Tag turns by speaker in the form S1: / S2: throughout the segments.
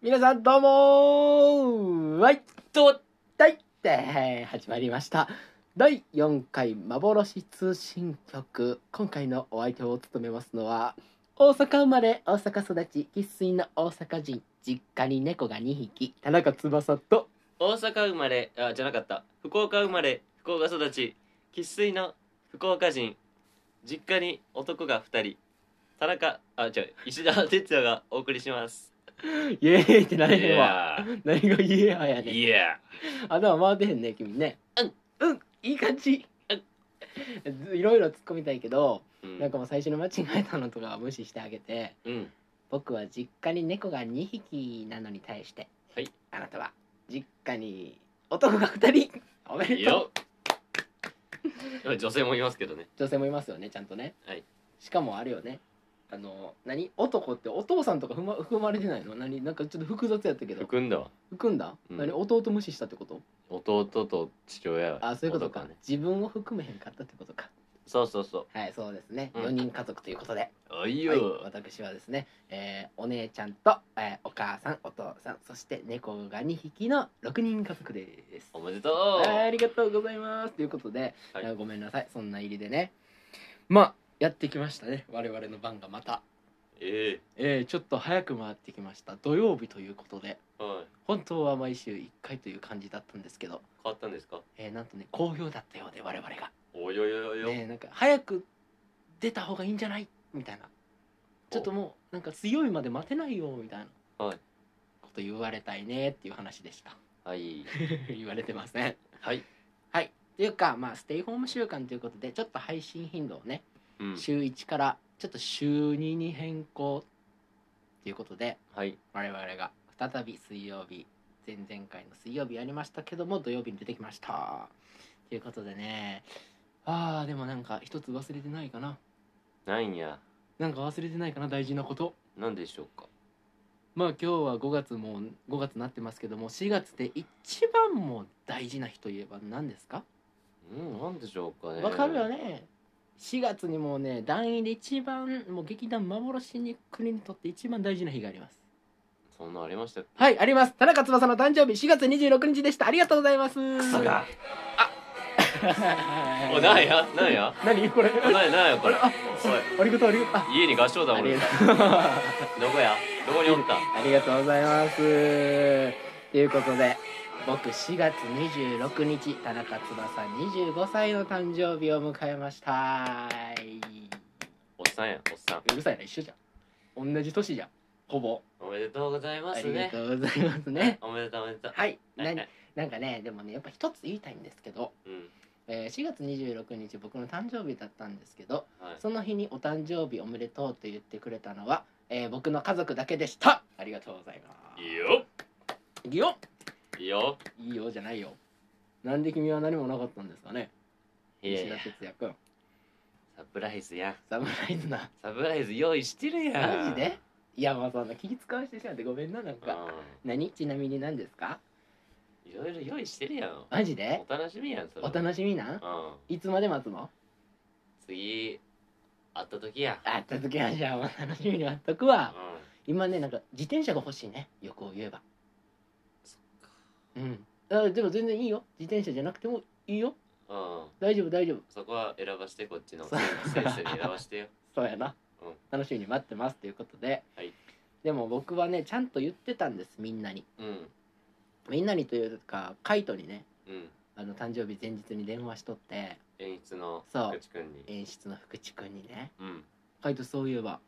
S1: 皆さんどうもーはいとだいって始まりました第4回幻通信局今回のお相手を務めますのは大阪生まれ大阪育ち生粋の大阪人実家に猫が2匹田中翼と
S2: 大阪生まれあじゃなかった福岡生まれ福岡育ち生粋の福岡人実家に男が2人田中あ違う石田哲也がお送りします
S1: イエーイってなれへんわ
S2: ー
S1: 何がイエーイやねん
S2: イエ
S1: 頭回ってへんね君ねうんうんいい感じいろいろ突っ込みたいけど
S2: ーうん
S1: なんかもう最初の間違えたのとかは無視してあげて
S2: うん
S1: 僕は実家に猫が2匹なのに対して、
S2: はい、
S1: あなたは実家に男が2人おめ
S2: いい
S1: でと
S2: よ女性もいますけどね
S1: う女性もいますよねちゃんとね、
S2: はい、
S1: しかもあれよねあの何男ってお父さんとか含ま含まれてないの何なんかちょっと複雑やったけど
S2: 含んだわ
S1: 含んだ、
S2: うん
S1: 何弟無視したってこと
S2: 弟と父親は
S1: あそういうことか、
S2: ね
S1: 自分を含めへんかったってことか
S2: そうそうそ
S1: はいそうですね、
S2: うん
S1: 4人家族ということで
S2: うあいいよ、
S1: はい、私はですね、えーお姉ちゃんと、えーお母さんお父さんそして猫が2匹の6人家族です
S2: おめでとう
S1: はいありがとうございますということで、
S2: はい
S1: あごめんなさいそんな入りでねまあやってきましたね我々の番がまた、
S2: え
S1: えーちょっと早く回ってきました土曜日ということで
S2: えはい
S1: 本当は毎週1回という感じだったんですけど、
S2: 変わったんですか
S1: えーなんとね好評だったようで我々が、
S2: およよよよ、
S1: ね、なんか早く出た方がいいんじゃないみたいなちょっともうなんか強いまで待てないよみたいな、
S2: はい
S1: こと言われたいねっていう話でした
S2: はい
S1: 言われてません
S2: はい、
S1: はいというかまあステイホーム週間ということでちょっと配信頻度をね、
S2: うん、
S1: 週1からちょっと週2に変更ということで
S2: はい
S1: 我々が再び水曜日前々回の水曜日やりましたけども土曜日に出てきましたということでねあーでもなんか一つ忘れてないかな
S2: ないんや
S1: なんか忘れてないかな大事なこと
S2: なんでしょうか
S1: まあ今日は5月も5月になってますけども4月で一番もう大事な日といえば何ですか
S2: うんなんでしょうかね
S1: わかるよね4月にもうね団員で一番もう劇団幻に国にとって一番大事な日があります
S2: そんなありました
S1: はいあります田中翼の誕生日4月26日でしたありがとうございます ク
S2: クソがお
S1: な
S2: なんやなんや
S1: 何これ
S2: おなんやなんやこれ
S1: あ
S2: お
S1: ありがとうありがとう
S2: い家に合唱
S1: あ
S2: 団
S1: あ
S2: お
S1: り
S2: る
S1: がとう
S2: どこやどこにおった
S1: ありがとうございます。ということで、僕4月26日、田中翼25歳の誕生日を迎えました。
S2: おっさんやおっさん
S1: うるさいな、一緒じゃん。同じ年じゃん。ほぼ。
S2: おめでとうございま
S1: あ
S2: す
S1: りが
S2: ね
S1: とうございますね。
S2: おめでとうおめでとう
S1: はい。な
S2: はい
S1: ん
S2: はい
S1: なんかね、でもね、やっぱ一つ言いたいんですけど、
S2: うん
S1: えー4月26日僕の誕生日だったんですけど、
S2: はい
S1: その日にお誕生日おめでとうと言ってくれたのは、えー僕の家族だけでした。ありがとうございます。
S2: いいよ
S1: いいよ
S2: いいよ
S1: いいよじゃないよなんで君は何もなかったんですかね
S2: いやいや
S1: 石田哲也君
S2: サプライズや
S1: サムライズな
S2: サプライズ用意してるやん
S1: マジでいやまあそんな気使わしてしまってごめんななん
S2: う
S1: か何ちなみに何ですか
S2: んいろいろ用意してるやん
S1: マジで
S2: お楽しみやんそれ
S1: お楽しみなん
S2: うん
S1: いつまで待つの
S2: 次会った時や
S1: あ続きましょうお楽しみに待っとくわ
S2: うん
S1: 今ねなんか自転車が欲しいね欲を言えば
S2: そっか
S1: うんあでも全然いいよ自転車じゃなくてもいいよ
S2: うん
S1: 大丈夫大丈夫
S2: そこは選ばしてこっちの
S1: そ
S2: せ
S1: う
S2: 先生に選ばしてよ
S1: そうやな、
S2: うん
S1: 楽しみに待ってますということで、
S2: はい
S1: でも僕はねちゃんと言ってたんですみんなに
S2: うん
S1: みんなにというかカイトにね
S2: うん
S1: あの誕生日前日に電話しとって
S2: 演出の
S1: そう
S2: 口くんに
S1: 演出の福地君にね
S2: うん
S1: 「カイトそういえば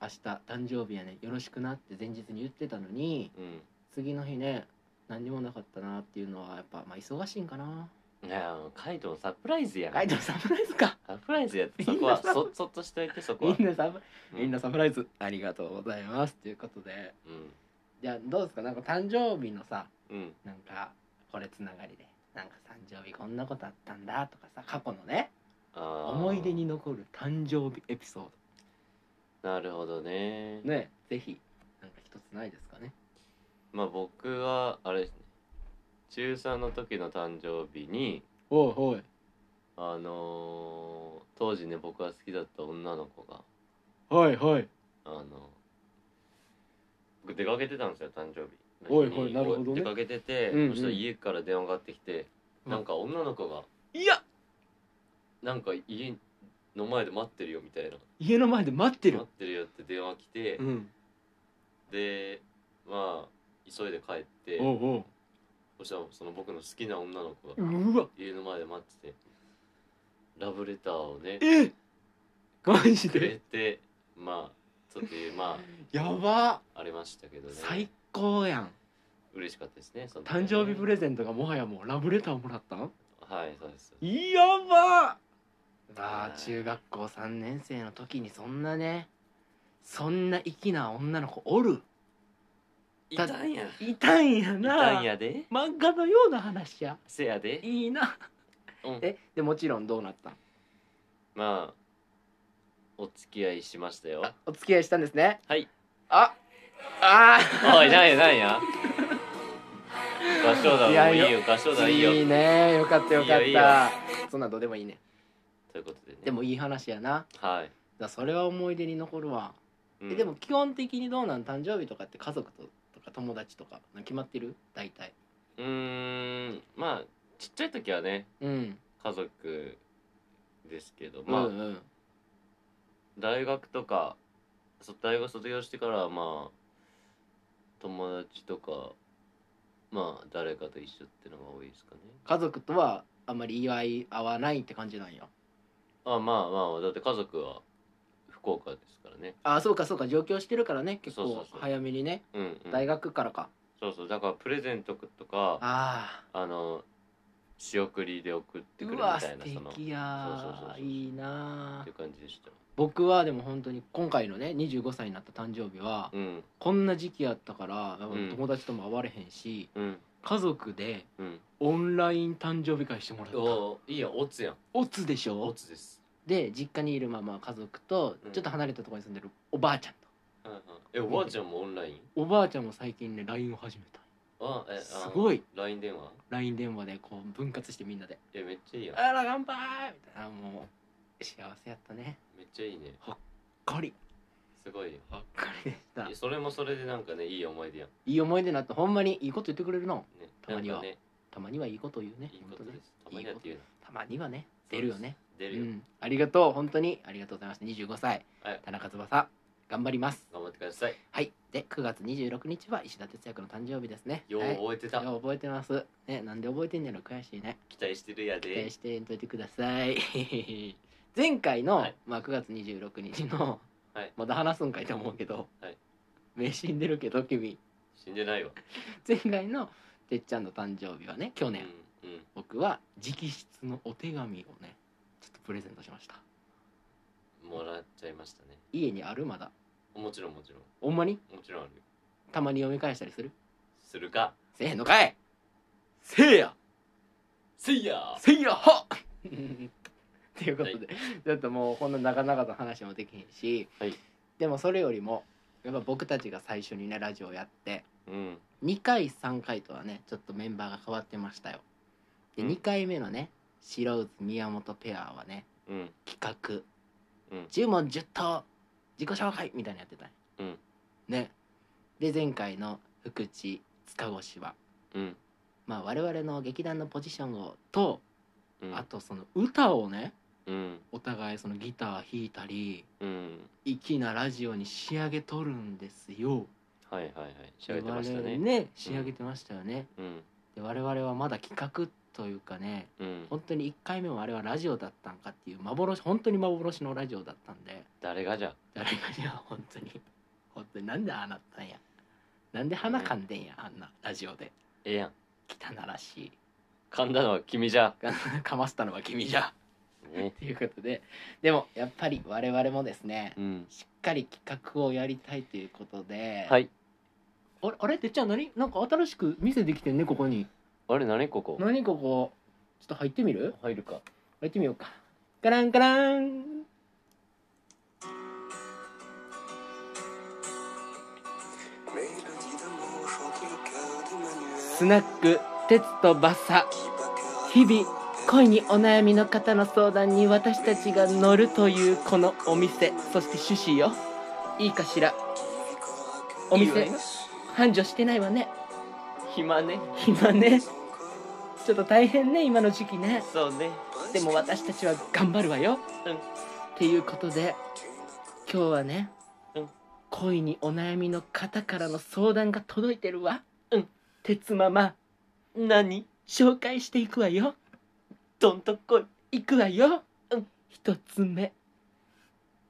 S1: 明日誕生日やねよろしくな」って前日に言ってたのに
S2: うん
S1: 次の日ね何にもなかったなっていうのはやっぱ、まあ、忙しいんかない
S2: やカイトのサプライズやん
S1: カイトサプライズ か
S2: サプライズやってそこは
S1: みんな
S2: そそっとしといてそこ
S1: み
S2: は
S1: んなサプ
S2: う
S1: みんなサプライズありがとうございますということで
S2: うん
S1: じゃあどうですかなんか誕生日のさ
S2: うん
S1: なんかこれつながりでなんか誕生日こんなことあったんだとかさ過去のね
S2: あー
S1: 思い出に残る誕生日エピソード
S2: なるほどね
S1: ねぜひなんか一つないですかね
S2: まあ僕はあれですね中3の時の誕生日に
S1: おいおい
S2: あのー当時ね僕が好きだった女の子が
S1: はいはい
S2: あの僕出かけてたんですよ誕生日
S1: おいおいなるほどね
S2: 出かけてて、
S1: うんうん
S2: そしたら家から電話がかってきて、
S1: うん
S2: なんか女の子が「いや!」なんか家の前で待ってるよみたいな
S1: 家の前で待って
S2: 待
S1: る
S2: ってるよって電話来て、
S1: うん
S2: でまあ急いで帰って
S1: おうおう
S2: そしたらその僕の好きな女の子が
S1: うわ
S2: 家の前で待っててラブレターをね
S1: えマジ
S2: くれ
S1: で
S2: てまあちょっとま
S1: やば
S2: あありましたけどね
S1: 最高やん
S2: 嬉しかったですねその時はね
S1: 誕生日プレゼントがもはやもうラブレターもらったん
S2: はいそうです
S1: やばあ
S2: は
S1: ー
S2: い
S1: 中学校3年生の時にそんなねそんな粋な女の子おる
S2: い
S1: だ
S2: たんや
S1: いたんや
S2: い
S1: な
S2: たんやで
S1: 漫画のような話や
S2: せやで
S1: いいな
S2: うん
S1: えでもちろんどうなったん
S2: まあお付き合いしましたよ
S1: あお付き合いしたんですね
S2: はい
S1: ああ
S2: おいなんやなんや合唱団
S1: いや
S2: もういい
S1: い
S2: よ合唱
S1: ー
S2: 団いいよ
S1: いいねよかったよかった
S2: いいよいいよ
S1: そんなんどうでもいいね
S2: ということでね
S1: でもいい話やなだか
S2: はい、
S1: らそれは思い出に残るわ、
S2: うん
S1: えでも基本的にどうなん誕生日とかって家族ととか友達とか決まってる大体
S2: うーんまあちっちゃい時はね
S1: うん
S2: 家族ですけどまあ、
S1: うんうん
S2: 大学とかそ大学卒業してからはまあ友達とかまあ誰かと一緒ってのが多いですかね
S1: 家族とはあんまり祝い合わないって感じなんや
S2: あまあまあだって家族は福岡ですからね
S1: あそうかそうか上京してるからね結
S2: そうそ
S1: 構
S2: うそう
S1: 早めにね
S2: うん、うん、
S1: 大学からか
S2: そうそうだからプレゼントとかあ
S1: あ
S2: の仕送りで送ってく
S1: あう
S2: るみ
S1: わ
S2: た
S1: 素
S2: いなそのっ
S1: 敵や
S2: そうそうそうそう
S1: いいな
S2: ていう感じでした
S1: 僕はでも本当に今回のね25歳になった誕生日は
S2: うん
S1: こんな時期やったからやっぱ
S2: うん
S1: 友達とも会われへんし、
S2: うん
S1: 家族で
S2: うん
S1: オンライン誕生日会してもらった
S2: おいいやオツやん
S1: オツでし
S2: オ
S1: ょ
S2: ツです、
S1: で実家にいるまま家族と
S2: うん
S1: ちょっと離れたところに住んでるおばあちゃんと
S2: うんうん、えおばあちゃんもオンライン
S1: おばあちゃんも最近ね LINE を始めた
S2: あえあ
S1: すごい
S2: LINE 電話
S1: LINE 電話でこう分割してみんなで
S2: えめっちゃいい
S1: 「
S2: やん
S1: あら乾杯!」みたいなもう幸せやったね
S2: めっちゃいいね
S1: ほっこり
S2: すごいよ
S1: ほっこりでした
S2: それもそれでなんかねいい思い出やん
S1: いい思い出になったほんまにいいこと言ってくれるの
S2: ね
S1: たまには
S2: なんかね
S1: たまにはいいこと言うね
S2: いい
S1: ほん
S2: こと
S1: ね
S2: ですたまにはっていうの
S1: たまにはね出るよね
S2: 出
S1: う
S2: るよ、
S1: んありがとう本当にありがとうございました25歳、
S2: はい
S1: 田中翼頑張ります
S2: 頑張ってください
S1: はいで9月26日は石田哲也君の誕生日ですね
S2: よう
S1: はい
S2: 覚えてた、
S1: よう覚えてますねなんで覚えてんねやろ悔しいね
S2: 期待してるや
S1: 期待
S2: で
S1: してといてください 前回の、
S2: はい
S1: まあ、9月26日の、
S2: はい
S1: まだ話すんかいと思うけど、
S2: はい
S1: 名刺に出るけど君
S2: 死んでないわ
S1: 前回のてっちゃんの誕生日はね去年、
S2: うんうん
S1: 僕は直筆のお手紙をねちょっとプレゼントしました
S2: もらっちゃいましたね
S1: 家にあるまだ
S2: もちろんもちろん
S1: ほんまに
S2: もちろんあるよ
S1: たまに読み返したりする
S2: するか
S1: せえへんのかいせいや
S2: せいや
S1: せいや はっていうことで、
S2: は
S1: ちょっともうこんな長々と話もできへんし、
S2: はい
S1: でもそれよりもやっぱ僕たちが最初にねラジオやって
S2: うん
S1: 2回3回とはねちょっとメンバーが変わってましたよで、
S2: うん
S1: 2回目のね白渦宮本ペアはね
S2: うん
S1: 企画、
S2: うん
S1: 10問10答自己紹介みたいなのやってたんや
S2: うん
S1: ねで前回の福地塚越は
S2: うん
S1: まあ我々の劇団のポジションをと、
S2: うん
S1: あとその歌をね
S2: うん
S1: お互いそのギター弾いたり
S2: うん
S1: 粋なラジオに仕上げとるんですよ
S2: はいはいはい調べてました
S1: 我
S2: ね
S1: 々ね仕上げてましたよね、
S2: うん
S1: で我々はまだ企画というかね
S2: うん
S1: 本当に1回目もあれはラジオだったんかっていう幻本当に幻のラジオだったんで
S2: 誰がじゃ
S1: 誰かには本当に本当になんでああなったんやなんで鼻かんでんやあんなラジオで
S2: ええやん
S1: 汚らしい
S2: 噛んだのは君じゃ
S1: かましたのは君じゃ
S2: ね
S1: ということででもやっぱり我々もですね
S2: うん
S1: しっかり企画をやりたいということで、
S2: はい
S1: あれあれてっちゃん何なんか新しく店できてんねここに
S2: あれ何ここ
S1: 何ここちょっと入ってみる
S2: 入るか
S1: 入ってみようかカランカランス
S3: スナ
S1: ナ
S3: ッ
S1: ック鉄とバサ
S3: 日々
S1: 恋にお悩みの方の相談に私たちが乗るというこのお店そして趣旨よいいかしらお
S2: いい
S1: 店
S2: わね
S1: 繁盛してないわね
S2: 暇ね
S1: 今ねちょっと大変ね今の時期ね
S2: そうね
S1: でも私たちは頑張るわよ、
S2: うん
S1: っていうことで今日はね、
S2: うん
S1: 恋にお悩みの方からの相談が届いてるわ
S2: うん
S1: 鉄ママ
S2: 何
S1: 紹介していくわよ
S2: どんとこい
S1: いくわよ、
S2: うん
S1: 一つ目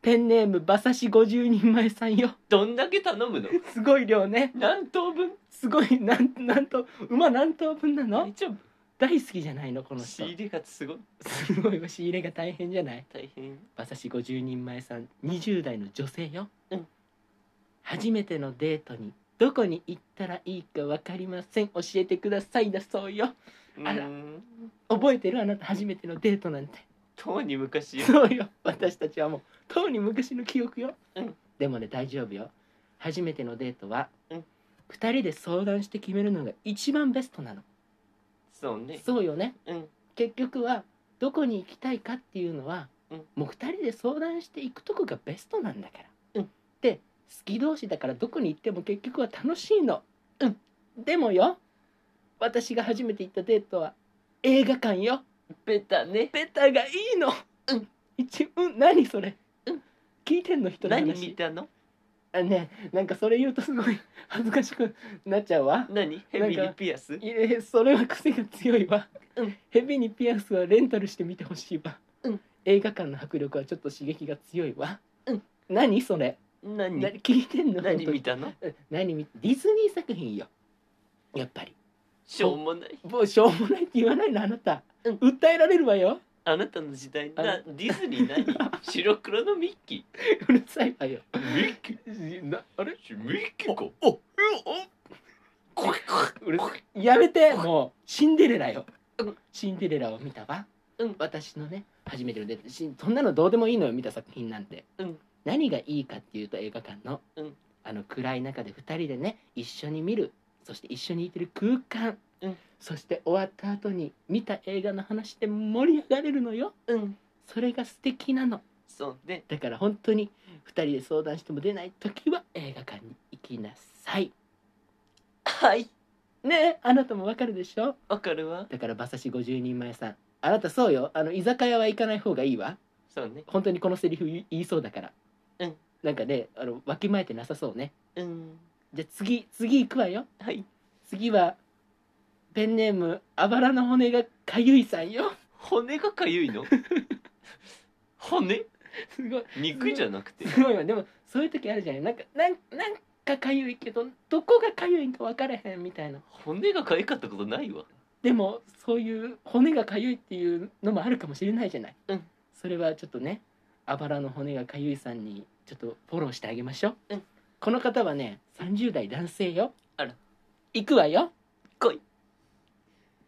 S1: ペンネーム馬刺し50人前さんよ
S2: どんだけ頼むの
S1: すごい量ね
S2: 何等分
S1: すごいなんなんと馬何頭分なの
S2: 大丈
S1: 大好きじゃないのこの
S2: 夫仕
S1: 人
S2: 入れがすごい
S1: すごい仕入れが大変じゃない
S2: 大変
S1: 馬刺し50人前さん20代の女性よ、
S2: うん
S1: 初めてのデートにどこに行ったらいいか分かりません教えてくださいだそうよあら
S2: うーん
S1: 覚えてるあなた初めてのデートなんて
S2: とうに昔よ
S1: そうよ私たちはもうとうに昔の記憶よ、
S2: うん
S1: でもね大丈夫よ初めてのデートは、
S2: うん
S1: 2人で相談して決めるのが一番ベストなの
S2: そうね
S1: そうよね
S2: うん
S1: 結局はどこに行きたいかっていうのは、
S2: うん
S1: もう2人で相談していくとこがベストなんだから、
S2: うん
S1: で好き同士だからどこに行っても結局は楽しいのうんでもよ私が初めて行ったデートは映画館よ
S2: ベタね
S1: ベタがいいの
S2: うん
S1: 一うん何それ
S2: うん
S1: 聞いてんの人の
S2: 何見
S1: 話
S2: たの
S1: あねなんかそれ言うとすごい恥ずかしくなっちゃうわ
S2: 何ヘビにピアス
S1: いえそれは癖が強いわ、
S2: うん
S1: ヘビにピアスはレンタルしてみてほしいわ、
S2: うん
S1: 映画館の迫力はちょっと刺激が強いわ、
S2: うん
S1: 何それ
S2: 何
S1: 何聞いてんの
S2: 何見
S1: た
S2: たの
S1: 何見ディズニー作品よやっぱり
S2: しょうもない
S1: もうしょうもないって言わないのあなた、
S2: うん
S1: 訴えられるわよ
S2: あなたの時代
S1: あ
S2: なディズニー何白黒のミッキ
S1: うるさいわよ
S2: ーミッキ
S1: なあれ
S2: ーミッキーかおおこ
S1: うるさいやめてもうシンデレラよ、
S2: うん
S1: シンデレラを見たわ、
S2: うん
S1: 私のね初めてのデートしそんなのどうでもいいのよ見た作品なんて、
S2: うん
S1: 何がいいかっていうと映画館の、
S2: うん
S1: あの暗い中で2人でね一緒に見るそして一緒にいてる空間、
S2: うん
S1: そして終わった後に見た映画の話で盛り上がれるのよ
S2: うん
S1: それが素敵なの
S2: そうね
S1: だから本当に2人で相談しても出ない時は映画館に行きなさい
S2: はい
S1: ねえあなたもわかるでしょ
S2: わかるわ
S1: だから馬刺し50人前さんあなたそうよあの居酒屋は行かない方がいいわ
S2: そうね
S1: 本当にこのセリフ言い言いそうだから
S2: うん
S1: なんかねあのわきまえてなさそうね
S2: うん
S1: じゃあ次次行くわよ
S2: はい
S1: 次はペンネームあばらの骨がかゆいさんよ
S2: 骨がかゆいの骨
S1: すごい
S2: 肉じゃなくて
S1: すごいわでもそういう時あるじゃないなんかなんなんかかゆいけどどこがかゆいんか分からへんみたいな
S2: 骨がかゆかったことないわ
S1: でもそういう骨がかゆいっていうのもあるかもしれないじゃない、
S2: うん
S1: それはちょっとねあばらの骨がかゆいさんにちょっとフォローしてあげましょう、
S2: うん
S1: この方はね30代男性よ
S2: あら
S1: 行くわよ
S2: 来い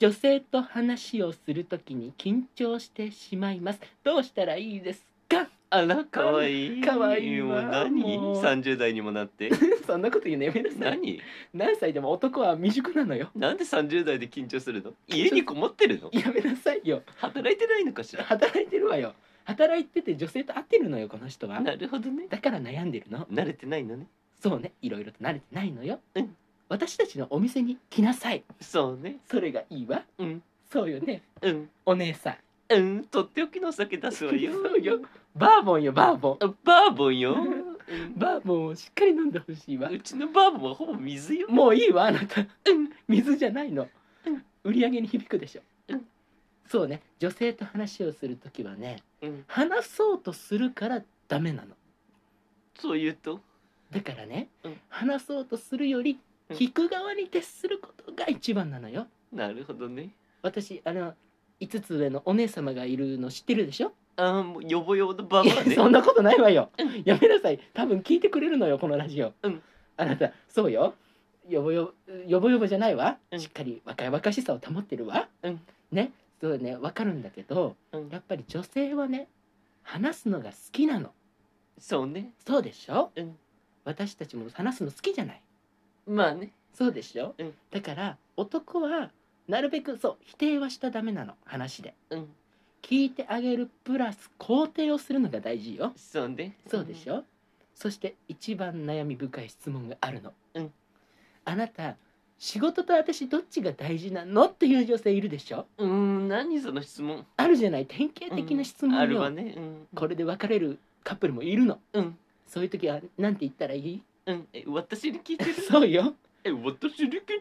S1: 女性と話をするときに緊張してしまいますどうしたらいいですか
S2: あらかわいい
S1: かわいい
S2: も
S1: わ
S2: う何
S1: もう
S2: 30代にもなって
S1: そんなこと言うのやめなさい
S2: 何
S1: 何歳でも男は未熟なのよ
S2: なんで30代で緊張するの家にこもってるの
S1: やめなさいよ
S2: 働いてないのかしら
S1: 働いてるわよ働いてて女性と会ってるのよこの人は
S2: なるほどね
S1: だから悩んでるの
S2: 慣れてないのね
S1: そうねいろいろと慣れてないのよ、
S2: うん
S1: 私たちのお店に来なさい
S2: そうね
S1: それがいいわ
S2: うん
S1: そうよね
S2: うん
S1: お姉さん
S2: うんとっておきのお酒出すわよ
S1: そうよバーボンよバーボン
S2: あバーボンよ、うん
S1: バーボンをしっかり飲んでほしいわ
S2: うちのバーボンはほぼ水よ
S1: もういいわあなた、水じゃないの、売り上げに響くでしょ、
S2: うん
S1: そうね女性と話をする時はね
S2: うん、
S1: 話そうとするからダメなの
S2: そう言うと
S1: だからね、
S2: うん
S1: 話そうとするより
S2: うん
S1: 聞く側に徹することが一番なのよ、
S2: なるほどね
S1: 私あの5つ上のお姉様がいるの知ってるでしょ、
S2: あーもうよぼよぼのバ
S1: い
S2: ーバ
S1: や
S2: ーね
S1: そんなことないわよ
S2: うん
S1: やめなさい多分聞いてくれるのよこのラジオ、
S2: うん
S1: あなたそうよよぼよよぼよぼじゃないわ、
S2: うん
S1: しっかり若々しさを保ってるわ、
S2: うん
S1: ねそうねわかるんだけど
S2: うん
S1: やっぱり女性はね話すのが好きなの
S2: そうね
S1: そうでしょ、
S2: うん
S1: 私たちも話すの好きじゃない
S2: まあね
S1: そうでしょ、
S2: うん
S1: だから男はなるべくそう否定はしちゃダメなの話で
S2: うん
S1: 聞いてあげるプラス肯定をするのが大事よ
S2: そうね
S1: そうでし
S2: ょ
S1: ょ、そして一番悩み深い質問があるの
S2: うん
S1: あなた仕事と私どっちが大事なのっていう女性いるでしょ
S2: うーん何その質問
S1: あるじゃない典型的な質問
S2: ある
S1: よ、
S2: わねうん
S1: これで別れるカップルもいるの
S2: うん
S1: そういう時はなんて言ったらいい
S2: うんえ私に聞いて る
S1: そうよ
S2: え私に聞いて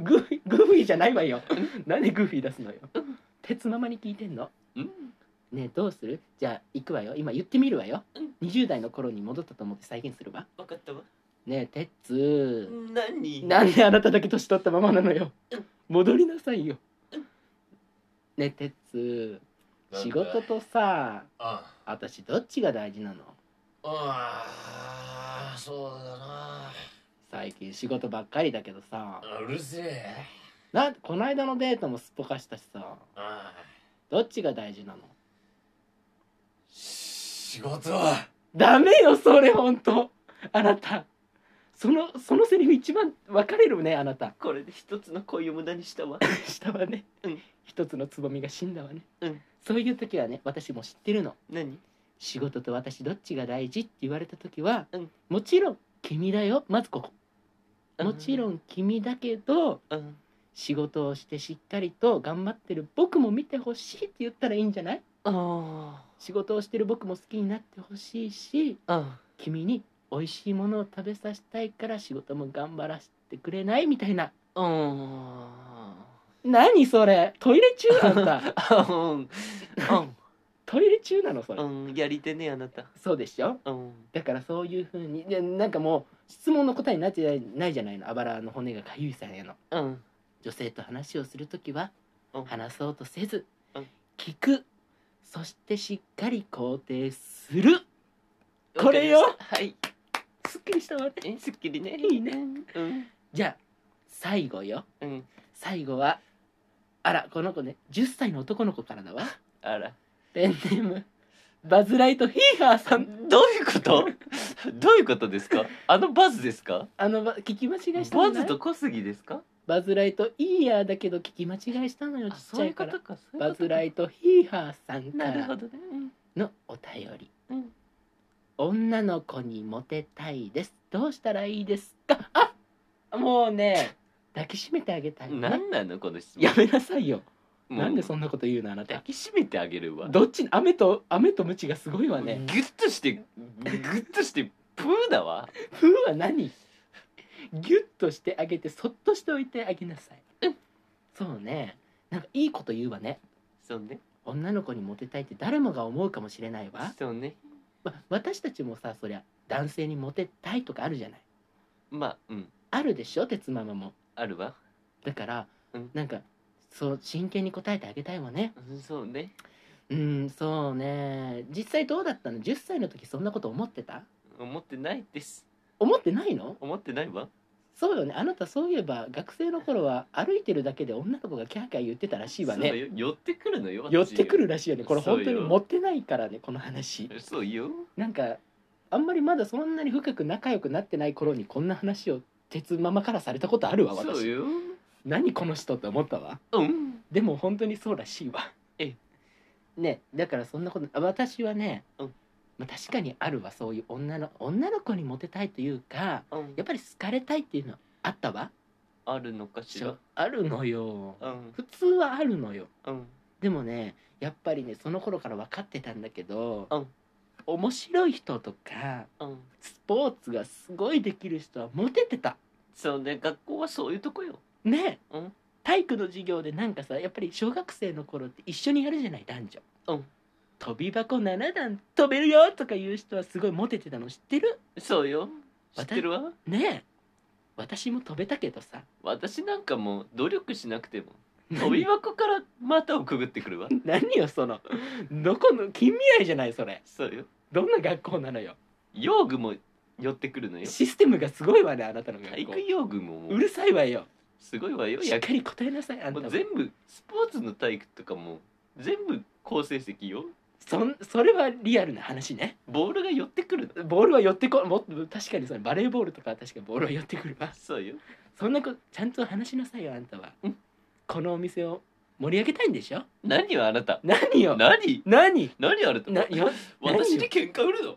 S1: グ
S2: る
S1: ーフィーグーフィーじゃないわよなんでグーフィー出すのよ
S2: うん
S1: 鉄ママに聞いてんの
S2: うん
S1: ねえどうするじゃあ行くわよ今言ってみるわよ、
S2: うん
S1: 20代の頃に戻ったと思って再現するわ
S2: 分かったわ
S1: ねえ鉄
S2: 何
S1: なんであなただけ年取ったままなのよ戻りなさいよねえ鉄仕事とさ
S2: あ
S1: 私どっちが大事なの
S2: あそうだな
S1: 最近仕事ばっかりだけどさ
S2: うるせえ
S1: なんこの間のデートもすっぽかしたしさ
S2: ああ
S1: どっちが大事なの
S2: 仕事は
S1: ダメよそれほんとあなたそのそのセリフ一番分かれるねあなた
S2: これで一つの恋を無駄にしたわ
S1: 下はね、
S2: うん
S1: 一つのつぼみが死んだわね、
S2: うん
S1: そういう時はね私も知ってるの
S2: 何
S1: 仕事と私どっちが大事って言われた時は、
S2: うん
S1: もちろん君だよまずここもちろん君だけど
S2: うん
S1: 仕事をしてしっかりと頑張ってる僕も見てほしいって言ったらいいんじゃない
S2: あ
S1: 仕事をしてる僕も好きになってほしいし
S2: ああ
S1: 君に美味しいものを食べさせたいから仕事も頑張らせてくれないみたいな
S2: あ
S1: 何それトイレ中あん た
S2: うん
S1: トイレ中なのそれ、
S2: うんうんやりてねあなた
S1: そうでしょ
S2: うん
S1: だからそういうふうにでなんかもう質問の答えになってないないじゃないのあばらの骨がかゆいさんへの
S2: うん
S1: 女性と話をする時は
S2: うん
S1: 話そうとせず
S2: うん
S1: 聞くそしてしっかり肯定するこれよ
S2: わかりましたはい
S1: すっきりしたわね
S2: えすっきりね
S1: いいね
S2: うん
S1: じゃあ最後よ
S2: うん
S1: 最後はあらこの子ね10歳の男の子から だわ
S2: あら
S1: ペンネームバズ・ライト・ヒーハーさん
S2: どういうことどういうことですかあのバズですか
S1: あのば聞き間違いしたの
S2: バ
S1: ね
S2: ズと小杉ですか
S1: バズ・ライト・イーヤーだけど聞き間違いしたのよち
S2: あ
S1: っち
S2: そ
S1: ゃ
S2: うい
S1: いう
S2: こ
S1: から
S2: とかそういうことか
S1: バズ・ライト・ヒーハーさんか
S2: なる
S1: ら
S2: ほどねうん
S1: のお便り
S2: うん
S1: 女の子にモテたいですどうしたらいいですか あもうね抱きしめてあげたいね
S2: 何なのこの質問
S1: やめなさいよ
S2: もう
S1: なんでそんなこと言うのあな
S2: 抱
S1: た
S2: きしめてあげるわ
S1: どっち雨と雨とムチがすごいわね
S2: ギュッとしてギュッとしてプーだわ
S1: ふうは何ギュッとしてあげてそっとしておいてあげなさいそうねなんかいいこと言うわね
S2: そうね
S1: 女の子にモテたいって誰もが思うかもしれないわ、
S2: そうね
S1: まあ、私たちもさそりゃ男性にモテたいとかあるじゃない
S2: まあうん
S1: あるでしょ鉄ママも
S2: あるわ
S1: だから、
S2: うん
S1: なんかそう真剣に答えてあげたいわね
S2: うんそうね
S1: うんそうね実際どうだったの10歳の時そんなこと思ってた
S2: 思ってないです
S1: 思ってないの
S2: 思ってないわ
S1: そうよねあなたそういえば学生の頃は歩いてるだけで女の子がキャーキャー言ってたらしいわ
S2: そう
S1: ね
S2: よ寄ってくるのよ
S1: 寄ってく
S2: る
S1: るらしいよねこれ
S2: そう
S1: 本
S2: よ
S1: 当に持ってないからねこの話
S2: そうよ
S1: なんかあんまりまだそんなに深く仲良くなってない頃にこんな話を鉄ママからされたことあるわ
S2: そう
S1: 私
S2: よ
S1: 何この人って思ったわ
S2: うん
S1: でも本当にそうらしいわ
S2: え
S1: ねだからそんなことあ私はね、
S2: うん
S1: まあ、確かにあるわそういう女の女の子にモテたいというか
S2: うん
S1: やっぱり好かれたいっていうのはあったわ
S2: あるのかしら
S1: あるのよ
S2: うん
S1: 普通はあるのよ
S2: うん
S1: でもねやっぱりねその頃から分かってたんだけど、
S2: うん
S1: 面白い人とか
S2: うん
S1: スポーツがすごいできる人はモテてた
S2: そうね学校はそういうとこよ
S1: ね、
S2: うん
S1: 体育の授業でなんかさやっぱり小学生の頃って一緒にやるじゃない男女、
S2: うん
S1: 飛び箱7段飛べるよとかいう人はすごいモテてたの知ってる
S2: そうよ知
S1: 私
S2: ってるわ
S1: ねえ私も飛べたけどさ
S2: 私なんかもう努力しなくても飛び箱から股をくぐってくるわ
S1: 何よそのどこの近未来じゃないそれ
S2: そうよ
S1: どんな学校なのよ
S2: 用具も寄ってくるのよ
S1: システムがすごいわねあなたの
S2: 体
S1: 学校
S2: 育用具もも
S1: う
S2: う
S1: るさいわよ
S2: すごいわよ
S1: しっ
S2: 野
S1: かり答えなさいあん
S2: も
S1: た
S2: う
S1: も
S2: 全部スポーツの体育とかも全部好成績よ
S1: そんそれはリアルな話ね
S2: ボールが寄ってくるの
S1: ボールは寄ってこも確かにそれバレーボールとかは確かにボールは寄ってくるわ
S2: そうよ
S1: そんなことちゃんと話しなさいよあんたは、
S2: うん
S1: このお店を盛り上げたいんでしょ
S2: 何よあなた
S1: 何よ
S2: 何
S1: 何
S2: 何あなた
S1: なよ
S2: 私に喧嘩売るの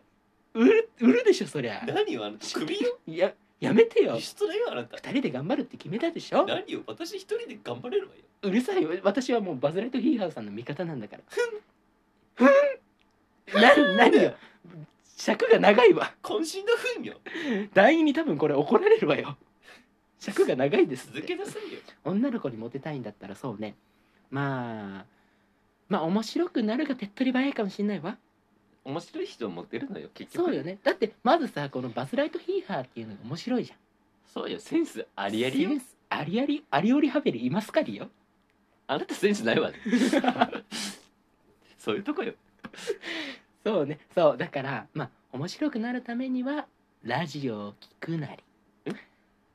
S1: 売る売るでしょそりゃ
S2: 何よあなた首よ
S1: ややめてよ
S2: 輸出だよあなた
S1: 二人で頑張るって決めたでしょ
S2: 何よ私一人で頑張れるわよ
S1: うるさいよ私はもうバズ・ライト・ヒーハーさんの味方なんだからふんな何よ尺が長いわ
S2: 渾身のふんよ
S1: 団員に多分これ怒られるわよ尺が長いですって
S2: 続けなさいよ
S1: 女の子にモテたいんだったらそうねまあまあ面白くなるが手っ取り早いかもしんないわ
S2: 面白い人を持ってるのよ結局
S1: そうよねだってまずさこのバズ・ライト・ヒーハーっていうのが面白いじゃん
S2: そうよセンスありありよ
S1: センスありありありおりはべりいますかりよ
S2: あなたセンスない わそういうとこよ
S1: そうねそうだからまあ面白くなるためにはラジオを聞くなり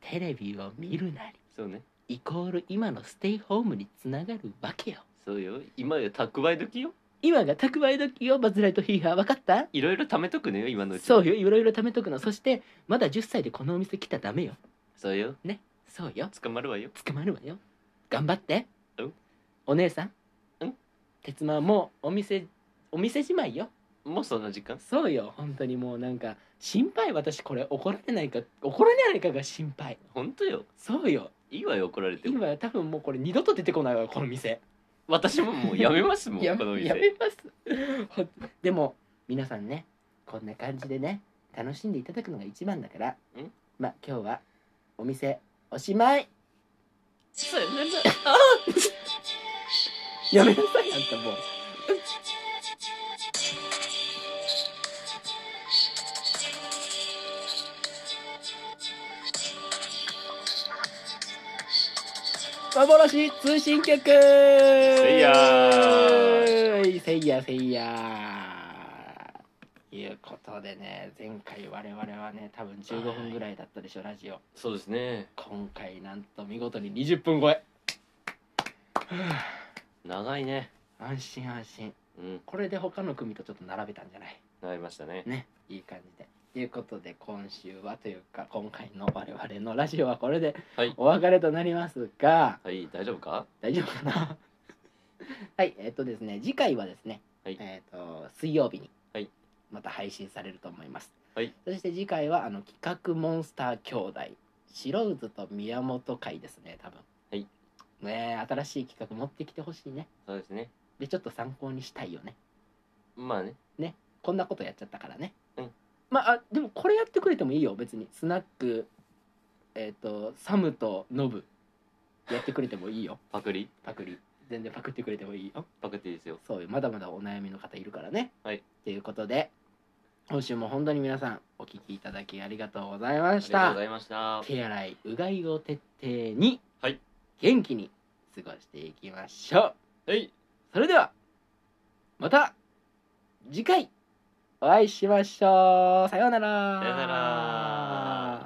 S1: テレビを見るなり
S2: そうね
S1: イコール今のステイホームにつながるわけよ
S2: そうよ今よ蓄え時よ
S1: 今が蓄え時よバズ・ライト・ヒーハー分かった
S2: いろいろ貯めとくねよ今のうちに
S1: そうよいろいろ貯めとくのそしてまだ10歳でこのお店来たらダメよ
S2: そうよ
S1: そうよ
S2: 捕まるわよ
S1: 捕まるわよ頑張って
S2: うん
S1: お姉さん
S2: うん
S1: 鉄馬はもうお店お店じまいよ
S2: もうそんな時間
S1: そうよ本当にもうなんか心配私これ怒られないか怒られないかが心配
S2: 本当よ
S1: そうよ
S2: いいわよ怒られても
S1: 今多分もうこれ二度と出てこないわよこの店
S2: 私ももう やめますもん
S1: や
S2: この
S1: め
S2: 店
S1: やめます ほんでも皆さんねこんな感じでね楽しんでいただくのが一番だから
S2: うん
S1: まあ今日はお店おしまい
S2: さよなら
S1: やめなさいあんたもう幻通信局せ
S2: いや
S1: ーせいやせいやーいうことでね前回我々はね多分15分ぐらいだったでしょラジオ
S2: そうですね
S1: 今回なんと見事に20分超え
S2: 長いね
S1: 安心安心
S2: うん
S1: これで他の組とちょっと並べたんじゃない
S2: なりましたね
S1: ねいい感じでということで今週はというか今回の我々のラジオはこれで
S2: はい
S1: お別れとなりますが
S2: はい大丈夫か
S1: 大丈夫かな はいえっ、とですね次回はですね、
S2: はい
S1: えっ、と水曜日に
S2: はい
S1: また配信されると思います、
S2: はい
S1: そして次回はあの企画モンスター兄弟白渦と宮本会ですね多分
S2: はい
S1: ねえ新しい企画持ってきてほしいね
S2: そうですね
S1: でちょっと参考にしたいよね
S2: まあね
S1: こんなことやっちゃったからね、
S2: うん
S1: まああでもこれやってくれてもいいよ別にスナックえっ、とサムとノブやってくれてもいいよ
S2: パクリ
S1: パクリ全然パクってくれてもいいよ
S2: パクっていいですよ
S1: そうよまだまだお悩みの方いるからね
S2: はい
S1: ということで今週も本当に皆さんお聞きいただきありがとうございま
S2: あ
S1: し
S2: りがとう
S1: た
S2: ございました
S1: 手洗いうがいを徹底に、
S2: はい
S1: 元気に過ごしていきましょう
S2: はい
S1: それではまた次回お会いしましょうさようなら
S2: さよなら